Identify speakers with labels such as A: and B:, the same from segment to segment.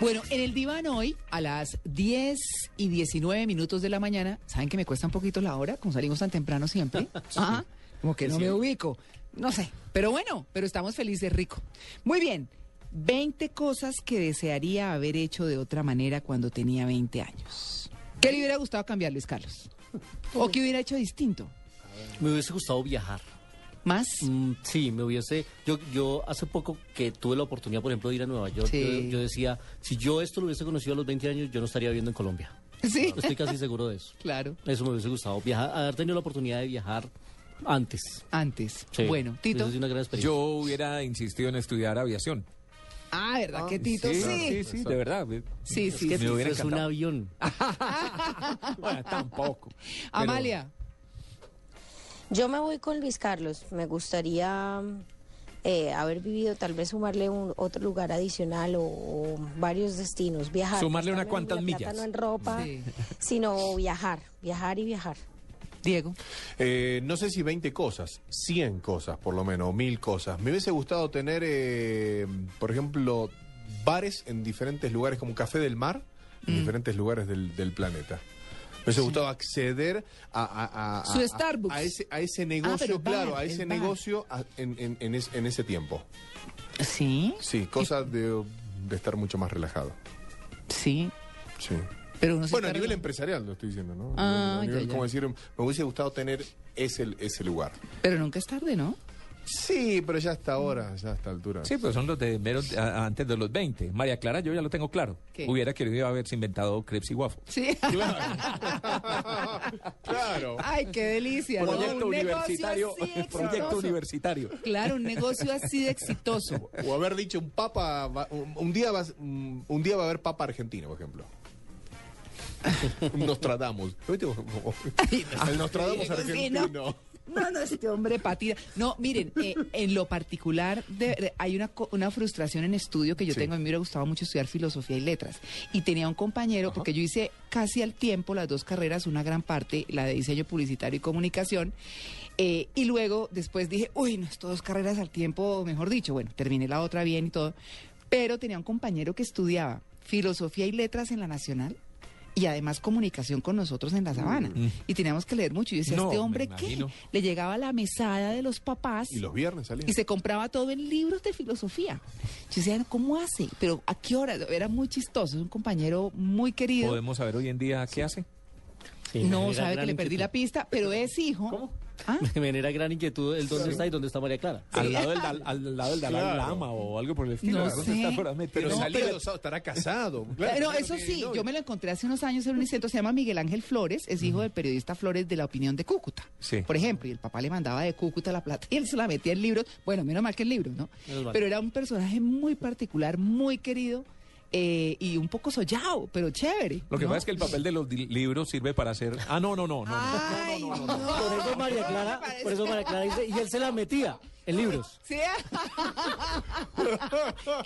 A: Bueno, en el diván hoy, a las 10 y 19 minutos de la mañana, ¿saben que me cuesta un poquito la hora? Como salimos tan temprano siempre. Ajá, como que no me ubico. No sé, pero bueno, pero estamos felices, rico. Muy bien, 20 cosas que desearía haber hecho de otra manera cuando tenía 20 años. ¿Qué le hubiera gustado cambiar, Luis Carlos? ¿O qué hubiera hecho distinto?
B: Me hubiese gustado viajar.
A: ¿Más?
B: Mm, sí, me hubiese. Yo, yo hace poco que tuve la oportunidad, por ejemplo, de ir a Nueva York,
A: Sí.
B: yo, yo decía, si yo esto lo hubiese conocido a los 20 años, yo no estaría viviendo en Colombia.
A: Sí,
B: Estoy casi seguro de eso.
A: claro,
B: Eso me hubiese gustado, viajar, haber tenido la oportunidad de viajar antes.
A: antes.
B: Sí.
A: Bueno, Tito.
B: Eso es una gran experiencia.
C: Yo hubiera insistido en estudiar aviación.
A: Ah, ¿verdad que Tito?
C: Sí,
A: Sí,
C: sí, sí, de verdad. pues, Me-
A: sí, sí.
B: Que
A: sí.
C: Me hubiera
B: es un
C: encantado.
B: avión.
A: Ah,
C: Bueno, tampoco. Pero-
A: Amalia.
D: Yo me voy con Luis Carlos. Me gustaría eh, haber vivido, tal vez sumarle un otro lugar adicional o, o varios destinos, viajar.
C: Sumarle unas
D: Gastarme
C: cuantas
D: la plata
C: millas.
D: No en ropa,
A: Sí.
D: sino viajar, viajar y viajar.
A: Diego.
E: Eh, no sé si 20 cosas, 100 cosas por lo menos, o 1000 cosas. Me hubiese gustado tener, eh, por ejemplo, bares en diferentes lugares, como Café del Mar,
A: Mm.
E: en diferentes lugares del, del planeta. Me hubiese gustado acceder a, a- a- a-
A: Su
E: a-
A: Starbucks.
E: a ese, a ese
A: Ah, pero
E: negocio,
A: el bar,
E: claro, a
A: el
E: ese
A: bar.
E: negocio a- en, en- en es- en ese tiempo.
A: Sí,
E: Sí, cosa de, de estar mucho más relajado.
A: sí.
E: Sí.
A: Pero uno se
E: Bueno, a
A: está
E: nivel
A: relajando.
E: em- empresarial lo estoy diciendo, ¿no?
A: Ah,
E: A nivel-
A: ya, ya.
E: como decir, me hubiese gustado tener ese, ese lugar.
A: Pero nunca es tarde, ¿no?
E: Sí, pero ya hasta ahora, ya a esta altura.
C: Sí, pero son los de meros a- antes de los 20. María Clara, yo ya lo tengo claro.
A: ¿Qué?
C: Hubiera querido haberse inventado crepes y waffles.
A: Sí.
E: claro.
A: Ay, qué delicia. ¿no?
C: Proyecto
A: Un negocio
C: universitario.
A: así exitoso.
C: Proyecto universitario.
A: Claro, un negocio así de exitoso.
E: O haber dicho un papa, va- un, un día vas- mm, un, un día va a haber papa argentino, por ejemplo. Nostradamus. ¿Viste? El Nostradamus
A: Sí, no.
E: argentino.
A: No, no, este hombre patida. No, miren, eh, en lo particular de- de- hay una, co- una frustración en estudio que yo
E: Sí.
A: tengo. A mí me hubiera gustado mucho estudiar filosofía y letras. Y tenía un compañero, porque yo hice casi al tiempo las dos carreras, una gran parte, la de diseño publicitario y comunicación. eh, y luego, después dije, uy, no, estas dos carreras al tiempo, mejor dicho, bueno, terminé la otra bien y todo. Pero tenía un compañero que estudiaba filosofía y letras en la Nacional. Y además comunicación con nosotros en la sabana. Y teníamos que leer mucho. Y yo decía,
C: No,
A: ¿este
C: me
A: hombre qué?
C: imagino.
A: le llegaba a la mesada de los papás
E: Y los viernes salían.
A: y se compraba todo en libros de filosofía. Yo decía, ¿cómo hace? Pero ¿a qué hora? Era muy chistoso, es un compañero muy querido.
C: Podemos saber hoy en día qué hace.
B: Sí, me
A: No
B: genera
A: sabe que
B: gran
A: le perdí la
B: inquietud.
A: pista, pero es hijo.
B: ¿Cómo?
A: ¿Ah?
B: Me genera gran inquietud el dónde está y dónde está María Clara.
C: Al lado del, Dal- al lado del Dalai
E: Claro.
C: Lama o algo por el estilo.
A: No
C: ¿verdad?
A: sé.
C: Está por ahí metido.
E: Pero
A: No,
E: salía
A: pero-
E: los sábados, estará casado.
A: Eh,
E: Claro,
A: no, eso
E: tiene
A: sí,
E: novia.
A: yo me lo encontré hace unos años en un instituto, se llama Miguel Ángel Flores, es hijo del periodista Flores de la Opinión de Cúcuta,
C: Sí.
A: por ejemplo, y el papá le mandaba de Cúcuta la plata y él se la metía en libros, bueno, menos mal que en libros, ¿no?
B: Menos mal.
A: Pero era un personaje muy particular, muy querido eh, y un poco sollado, pero chévere.
C: Lo que
A: ¿no?
C: pasa es que el papel de los di- libros sirve para hacer. Ah, no, no, no. no, no.
A: Ay, no,
B: Por eso María Clara, por eso María Clara dice, y él se la metía en libros.
A: Sí.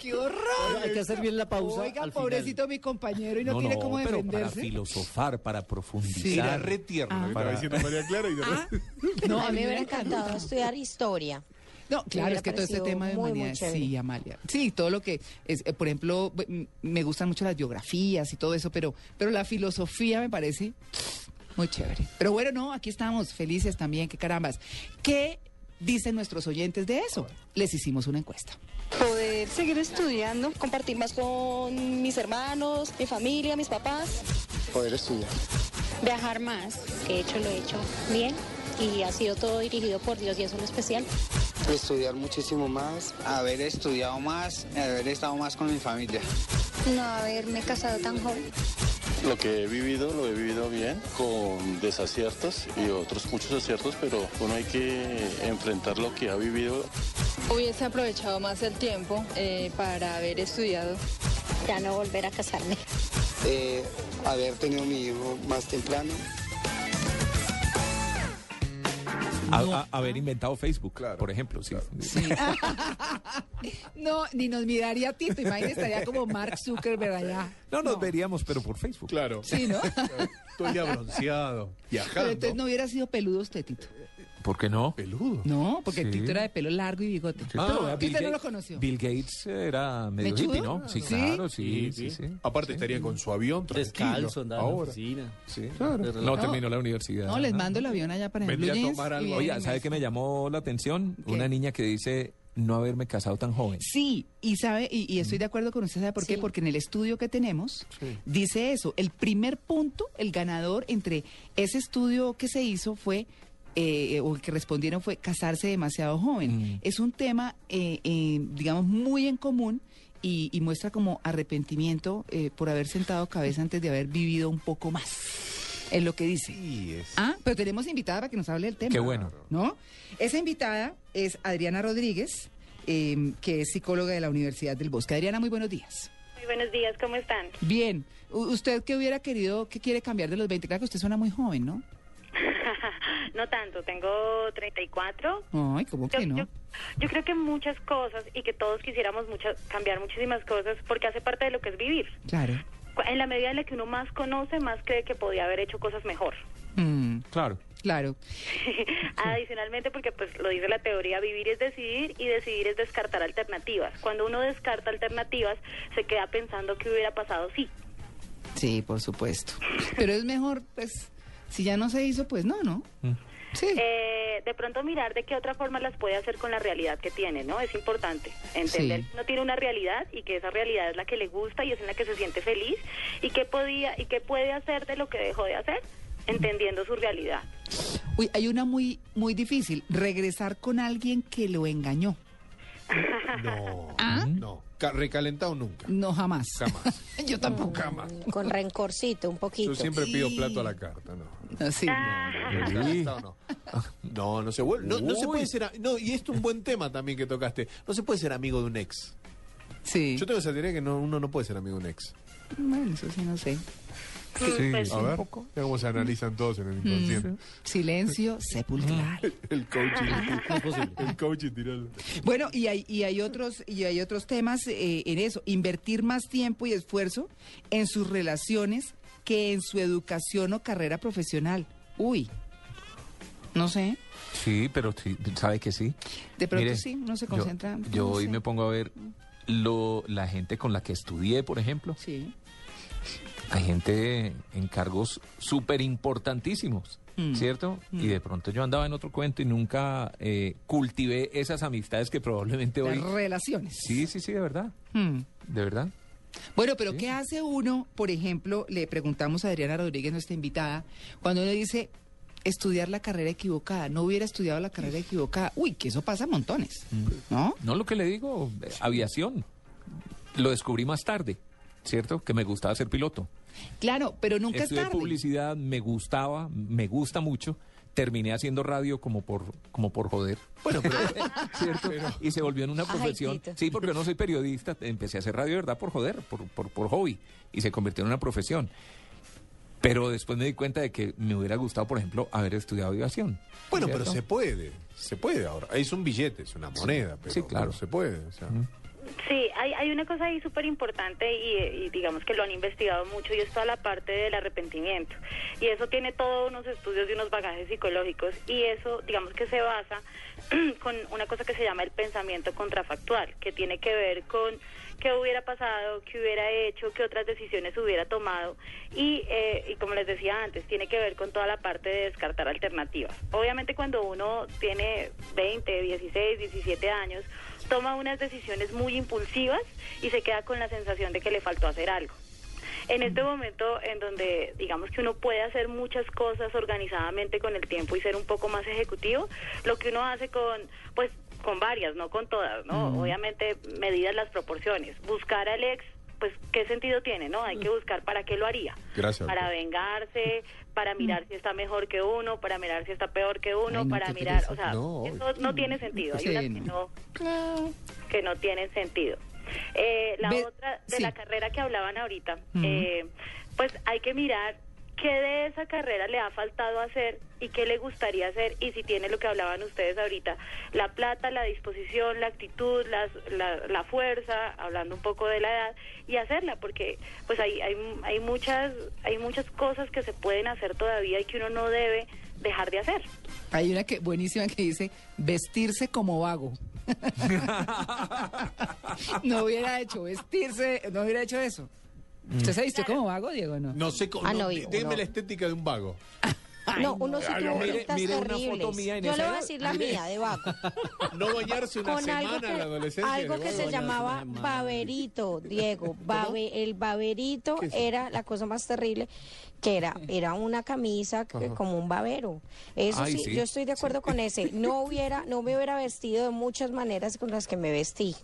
A: ¡Qué horror!
B: Hay que hacer bien la pausa.
A: Oiga,
B: al final.
A: pobrecito mi compañero y no,
C: No,
A: tiene
C: no,
A: cómo
C: pero para
A: defenderse.
C: filosofar, para profundizar.
E: Era re tierno.
A: Ah.
E: lo que
C: Para-
E: estaba diciendo María Clara y de
A: No,
D: a mí me hubiera
A: encantado.
D: encantado estudiar historia.
A: No, claro,
D: hubiera
A: es que todo este
D: parecido
A: tema de
D: muy, muy
A: humanidades,
D: chévere.
A: sí, Amalia. Sí, todo lo que es, eh, por ejemplo, b- m- me gustan mucho las biografías y todo eso, pero, pero la filosofía me parece muy chévere. Pero bueno, no, aquí estamos felices también, qué carambas. ¿Qué dicen nuestros oyentes de eso? Les hicimos una encuesta.
F: poder seguir estudiando, compartir más con mis hermanos, mi familia, mis papás.
G: poder estudiar.
F: Viajar más, que he hecho, lo he hecho bien y ha sido todo dirigido por Dios y es un especial.
G: Estudiar muchísimo más, haber estudiado más, eh, haber estado más con mi familia.
F: No haberme casado tan joven.
H: Lo que he vivido, lo he vivido bien, con desaciertos y otros muchos aciertos, pero uno hay que enfrentar lo que ha vivido.
I: Hubiese aprovechado más el tiempo eh, para haber estudiado.
F: Ya no volver a casarme.
G: Eh, haber tenido mi hijo más temprano.
C: A- a- haber inventado Facebook, por ejemplo. Sí.
A: No, ni nos miraría Tito, imagínate, estaría como Mark Zuckerberg allá.
C: No nos veríamos, pero por Facebook.
E: Claro.
A: Sí, ¿no?
E: Todo el día bronceado,
A: Pero
E: viajando.
A: entonces no hubiera sido peludo usted, Tito.
C: ¿Por qué no?
E: Peludo.
A: No, porque Tito era de pelo largo Ah, y bigote. ¿Que usted no lo conoció.
C: Bill Gates era medio
A: ¿Mechudo?
C: hippie, ¿no? Sí,
A: Sí.
C: claro, sí, sí, Ah, sí.
E: Aparte estaría con su avión tranquilo.
B: Descalzo, andando en la
E: Ahora.
B: oficina.
E: Sí,
C: No, terminó la universidad. Ah.
A: No, les mando el avión allá para el Blue Jeans y vienen
C: Oiga,
A: y
C: ¿sabe
A: me-
C: qué me llamó la atención? Una niña que dice no haberme casado tan joven.
A: Sí, y sabe, y, y
C: Mm.
A: estoy de acuerdo con usted, ¿sabe por qué? Porque en el estudio que tenemos dice eso, el primer punto, el ganador entre ese estudio que se hizo fue, eh, o el que respondieron fue casarse demasiado joven.
C: Mm.
A: Es un tema, eh, eh, digamos, muy en común y, y muestra como arrepentimiento eh, por haber sentado cabeza antes de haber vivido un poco más. Es lo que dice. Ah, pero tenemos invitada para que nos hable del tema.
C: Qué bueno.
A: ¿no? Esa invitada es Adriana Rodríguez, eh, que es psicóloga de la Universidad del Bosque. Adriana, muy buenos días.
J: Muy buenos días, ¿cómo están?
A: Bien, U- ¿usted qué hubiera querido, qué quiere cambiar de los 20? Claro que usted suena muy joven, ¿no?
J: no tanto, tengo 34.
A: Ay, ¿cómo que no?
J: Yo creo que muchas cosas y que todos quisiéramos muchas, cambiar muchísimas cosas porque hace parte de lo que es vivir.
A: Claro.
J: Cu- En la medida en la que uno más conoce, más cree que podía haber hecho cosas mejor.
C: Claro.
A: Mm, Claro.
J: Adicionalmente, porque pues lo dice la teoría, vivir es decidir y decidir es descartar alternativas. Cuando uno descarta alternativas, se queda pensando que hubiera pasado sí.
A: Sí, por supuesto. Pero es mejor, pues, si ya no se hizo, pues no, ¿no?
C: Mm.
J: Eh, de pronto mirar de qué otra forma las puede hacer con la realidad que tiene, ¿no? Es importante entender
A: Sí.
J: que uno tiene una realidad y que esa realidad es la que le gusta y es en la que se siente feliz y qué podía y qué puede hacer de lo que dejó de hacer entendiendo su realidad.
A: Uy, hay una muy, muy difícil, regresar con alguien que lo engañó.
E: No,
A: ¿Ah?
E: no. Ca- recalentado nunca.
A: No, jamás.
E: Jamás.
A: Yo tampoco.
E: Jamás.
D: Con rencorcito, un poquito.
E: Yo siempre pido plato a la carta, no.
A: Sí.
E: Recalentado no. No, no se vuelve. No, no se puede ser. a- No, y esto es un buen tema también que tocaste. No se puede ser amigo de un ex.
A: Sí.
E: Yo tengo esa teoría que no, uno no puede ser amigo de un ex.
A: Bueno, eso sí, no sé.
E: Sí, a ver. Mira cómo se analizan todos
A: Mm.
E: en el inconsciente.
A: Silencio sepulcral.
E: El coaching. el coaching tirarlo.
C: Mm.
A: Bueno, y hay, y hay otros y hay otros temas eh, en eso, invertir más tiempo y esfuerzo en sus relaciones que en su educación o carrera profesional. Uy. No sé,
C: Sí, pero sí, sabe que sí.
A: de pronto
C: Mire,
A: sí, no se
C: yo-
A: concentra.
C: Yo,
A: no
C: hoy
A: sé.
C: me pongo a ver lo, la gente con la que estudié, por ejemplo.
A: Sí.
C: Hay gente en cargos súper importantísimos,
K: Mm.
C: ¿cierto? Y de pronto yo andaba en otro cuento y nunca eh, cultivé esas amistades que probablemente hoy...
A: Las relaciones.
C: Sí, sí, sí, de verdad.
A: Hmm.
C: De verdad.
A: Bueno, pero ¿qué hace uno, por ejemplo, le preguntamos a Adriana Rodríguez, nuestra invitada, cuando uno dice estudiar la carrera equivocada, no hubiera estudiado la carrera equivocada? Uy, que eso pasa montones. ¿No?
C: No lo que le digo, eh, aviación. Lo descubrí más tarde, ¿cierto? Que me gustaba ser piloto.
A: Claro, pero nunca es
C: Estudié
A: tarde.
C: publicidad, me gustaba, me gusta mucho. Terminé haciendo radio como por, como por joder. Bueno, pero, ¿cierto? y se volvió en una
K: Ay,
C: profesión.
K: Tito.
C: sí, porque no soy periodista, empecé a hacer radio, de ¿verdad? Por joder, por, por, por hobby. Y se convirtió en una profesión. Pero después me di cuenta de que me hubiera gustado, por ejemplo, haber estudiado aviación.
E: Bueno, pero
C: ¿cierto?
E: se puede. Se puede ahora. Es un billete, es una moneda, pero
C: Sí, claro.
E: pero se puede. o sea.
A: Mm.
J: Sí, hay, hay una cosa ahí súper importante y, y digamos que lo han investigado mucho y es toda la parte del arrepentimiento. Y eso tiene todos unos estudios y unos bagajes psicológicos y eso digamos que se basa con una cosa que se llama el pensamiento contrafactual, que tiene que ver con qué hubiera pasado, qué hubiera hecho, qué otras decisiones hubiera tomado y, eh, y como les decía antes, tiene que ver con toda la parte de descartar alternativas. Obviamente cuando uno tiene 20, 16, 17 años, toma unas decisiones muy impulsivas y se queda con la sensación de que le faltó hacer algo. En este momento en donde digamos que uno puede hacer muchas cosas organizadamente con el tiempo y ser un poco más ejecutivo, lo que uno hace con pues con varias, no con todas, ¿no?
L: Mm.
J: Obviamente medidas las proporciones, buscar al ex pues qué sentido tiene, ¿no? Hay que buscar para qué lo haría.
E: Gracias,
J: Para
E: doctor.
J: vengarse, para mirar si está mejor que uno, para mirar si está peor que uno,
E: Ay, no,
J: para
E: qué
J: mirar,
E: pereza.
J: o sea,
E: No,
J: eso no tiene sentido. Hay unas
A: Sí,
J: que no, que no tienen sentido. Eh, la
A: Ve-
J: otra de
A: sí.
J: la carrera que hablaban ahorita,
A: Ujú.
J: eh, pues hay que mirar qué de esa carrera le ha faltado hacer y qué le gustaría hacer y si tiene lo que hablaban ustedes ahorita, la plata, la disposición, la actitud, las- la, la fuerza, hablando un poco de la edad y hacerla porque pues hay, hay, hay muchas hay muchas cosas que se pueden hacer todavía y que uno no debe dejar de hacer.
A: Hay una que buenísima que dice vestirse como vago. no hubiera hecho vestirse, no hubiera hecho eso. ¿Usted se vistió como vago, Diego? o No.
E: No sé cómo.
D: Ah,
E: no,
D: no,
E: dé-
D: yo-
E: deme
D: no.
E: la estética de un vago.
D: no, uno sí
E: Ay,
D: tuvo
E: no, mire-
D: épocas
E: mire una foto
D: terribles.
E: mía en
D: Yo
E: esa
D: le voy a
E: edad,
D: decir la
E: mire.
D: mía de vago.
E: No bañarse una
D: con
E: semana
D: algo
E: en la
D: que,
E: adolescencia.
D: algo
E: de
D: que
E: vago.
D: se llamaba baberito, Diego. Babe, el baberito era la cosa más terrible, que era, era una camisa que- como un babero. Eso
C: Ay,
D: sí,
C: sí.
D: yo estoy de acuerdo con ese. No hubiera, no me hubiera vestido de muchas maneras con las que me vestí.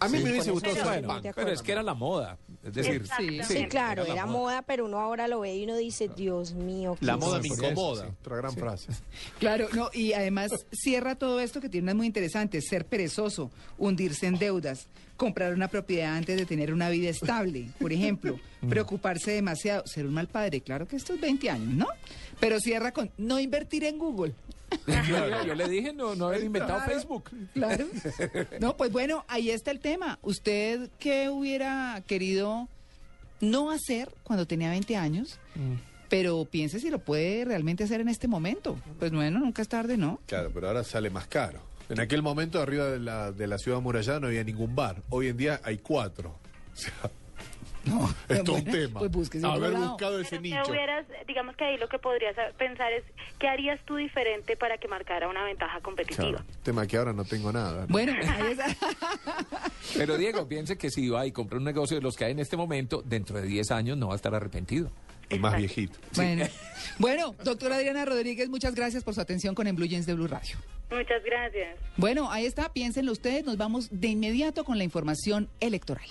E: A mí
D: Sí,
E: me hubiese
D: con
E: gustado
D: eso
E: ser
D: estoy
E: punk.
D: de
C: Pero
D: acuerdo.
C: es que era la moda. Es decir,
J: Exactamente.
D: Sí, claro,
C: la
D: era moda. pero uno ahora lo ve y uno dice, Dios mío, ¿qué
E: La
D: es
E: moda me
D: esto?".
E: incomoda.
C: Sí.
E: Otra gran frase.
A: Claro, no, y además cierra todo esto que tiene unas muy interesantes, ser perezoso, hundirse en deudas, comprar una propiedad antes de tener una vida estable, por ejemplo, preocuparse demasiado, ser un mal padre, claro que estos 20 años, ¿no? Pero cierra con no invertir en Google.
C: Yo, yo le dije no, no haber inventado
A: Claro.
C: Facebook.
A: Claro. No, pues bueno, ahí está el tema. ¿Usted qué hubiera querido no hacer cuando tenía 20 años? Pero piense si lo puede realmente hacer en este momento. Pues bueno, nunca es tarde, ¿no?
E: Claro, pero ahora sale más caro. En aquel momento, arriba de la, de la ciudad amurallada no había ningún bar. Hoy en día hay cuatro. O sea,
A: No.
E: esto es un
A: Bueno,
E: tema.
A: Pues búsquese otro
E: Haber
A: lado.
E: buscado ese
J: Pero ¿qué
E: nicho.
J: hubieras, digamos que ahí lo que podrías pensar es, ¿qué harías tú diferente para que marcara una ventaja competitiva?
E: Claro, tema que ahora no tengo nada.
A: Bueno, ahí está.
C: Pero Diego, piense que si va y compra un negocio de los que hay en este momento, dentro de 10 años no va a estar arrepentido.
E: Y más viejito.
A: bueno. bueno, doctora Adriana Rodríguez, muchas gracias por su atención con En Blue Jeans de Blue Radio.
J: Muchas gracias.
A: Bueno, ahí está, piénsenlo ustedes, nos vamos de inmediato con la información electoral.